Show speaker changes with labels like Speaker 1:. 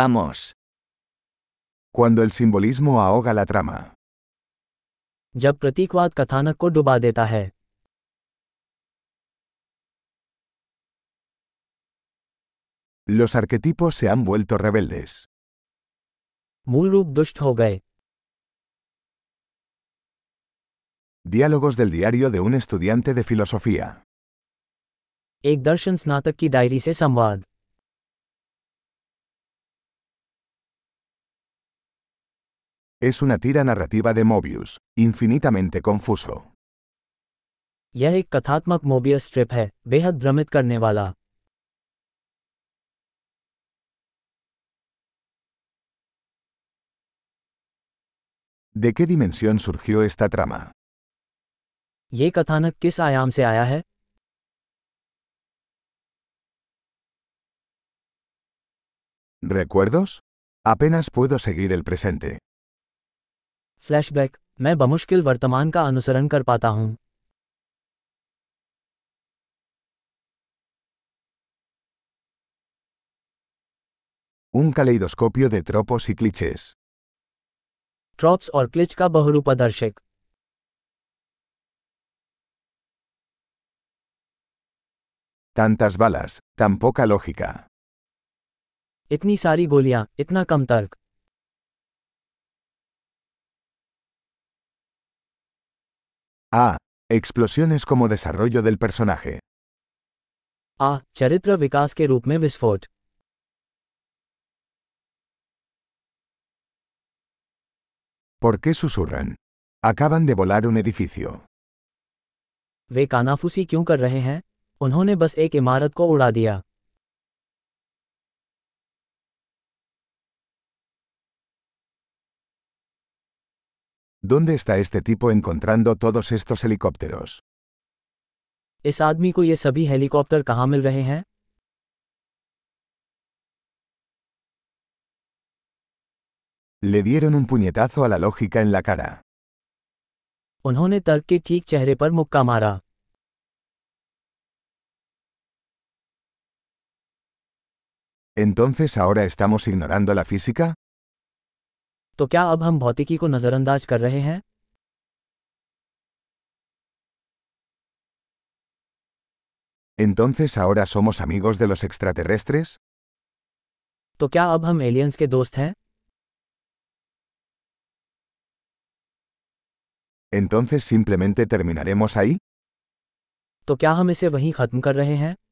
Speaker 1: Vamos.
Speaker 2: Cuando el simbolismo ahoga la trama.
Speaker 3: जब प्रतीकवाद कथानक को डुबा देता है
Speaker 2: Los arquetipos se han vuelto rebeldes.
Speaker 3: मूल रूप दुष्ट हो गए
Speaker 2: Diálogos del diario de un estudiante de filosofía.
Speaker 3: एक दर्शन स्नातक की डायरी से संवाद
Speaker 2: Es una tira narrativa de Mobius, infinitamente confuso.
Speaker 3: यह एक कथात्मक मोबियस स्ट्रिप है बेहद भ्रमित करने वाला
Speaker 2: ¿De qué dimensión surgió esta trama?
Speaker 3: ये कथानक किस आयाम से आया है
Speaker 2: ¿Recuerdos? Apenas puedo seguir el presente.
Speaker 3: फ्लैशबैक मैं बमुश्किल वर्तमान का अनुसरण कर पाता हूँ
Speaker 2: Un caleidoscopio de tropos y clichés.
Speaker 3: ट्रॉप्स और क्लिच का बहुरूपदर्शक
Speaker 2: Tantas balas, tan poca lógica.
Speaker 3: इतनी सारी गोलियाँ इतना कम तर्क
Speaker 2: Ah, explosiones como desarrollo del personaje.
Speaker 3: आ चरित्र विकास के रूप में विस्फोट
Speaker 2: ¿Por qué susurran? Acaban de volar un edificio.
Speaker 3: वे कानाफूसी क्यों कर रहे हैं उन्होंने बस एक इमारत को उड़ा दिया
Speaker 2: ¿Dónde está este tipo encontrando todos estos helicópteros?
Speaker 3: इस आदमी को ये सभी हेलीकॉप्टर कहाँ मिल रहे हैं
Speaker 2: Le dieron un puñetazo a la lógica en la cara.
Speaker 3: उन्होंने तर्क के ठीक चेहरे पर मुक्का मारा
Speaker 2: ¿Entonces ahora estamos ignorando la física?
Speaker 3: तो क्या अब हम भौतिकी को नज़रअंदाज कर रहे हैं
Speaker 2: ¿Entonces ahora somos amigos de los extraterrestres?
Speaker 3: तो क्या अब हम एलियंस के दोस्त हैं
Speaker 2: ¿Entonces simplemente terminaremos ahí?
Speaker 3: तो क्या हम इसे वहीं ख़त्म कर रहे हैं